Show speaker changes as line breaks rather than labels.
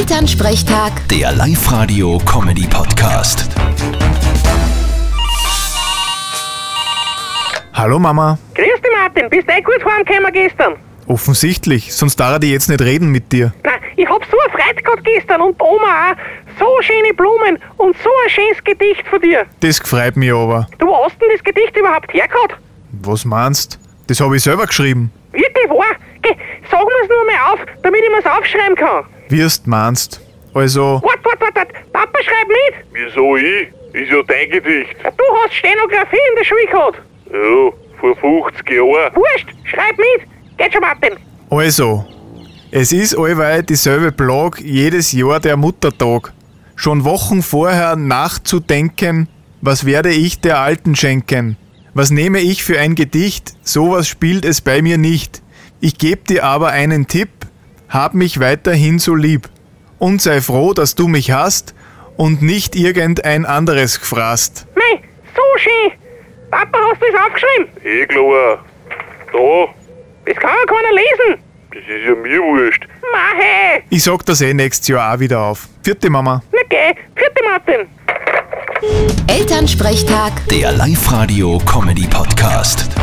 Elternsprechtag,
Der Live-Radio-Comedy-Podcast.
Hallo Mama.
Grüß dich, Martin. Bist eh gut heimgekommen gestern?
Offensichtlich, sonst darf ich jetzt nicht reden mit dir.
Nein, ich hab so eine Freude gehabt gestern und die Oma auch. So schöne Blumen und so ein schönes Gedicht von dir.
Das gefreut mich aber.
Du, wo hast denn das Gedicht überhaupt hergehabt?
Was meinst? Das habe ich selber geschrieben.
Wirklich wahr? Geh, sag mir's nur mal auf, damit ich mir's aufschreiben kann.
Wirst meinst. Also,
Wart, wart, wart, wart. Papa schreibt mit.
Wieso ich? Ist ja dein Gedicht.
Du hast Stenografie in der Schule gehabt.
Ja, vor 50 Jahren.
Wurscht, schreib mit. Geht schon, Martin.
also. Es ist allweil dieselbe Plage jedes Jahr der Muttertag. Schon Wochen vorher nachzudenken, was werde ich der Alten schenken? Was nehme ich für ein Gedicht? Sowas spielt es bei mir nicht. Ich gebe dir aber einen Tipp, hab mich weiterhin so lieb. Und sei froh, dass du mich hast und nicht irgendein anderes gefraßt.
Mei, so schön. Papa, hast du das aufgeschrieben?
Eh klar. Da,
Das kann ja keiner lesen.
das ist ja mir wurscht.
Mei, hey.
Ich sag das eh nächstes Jahr auch wieder auf. Vierte Mama.
Na geh, vierte Martin.
Elternsprechtag.
Der Live-Radio-Comedy-Podcast.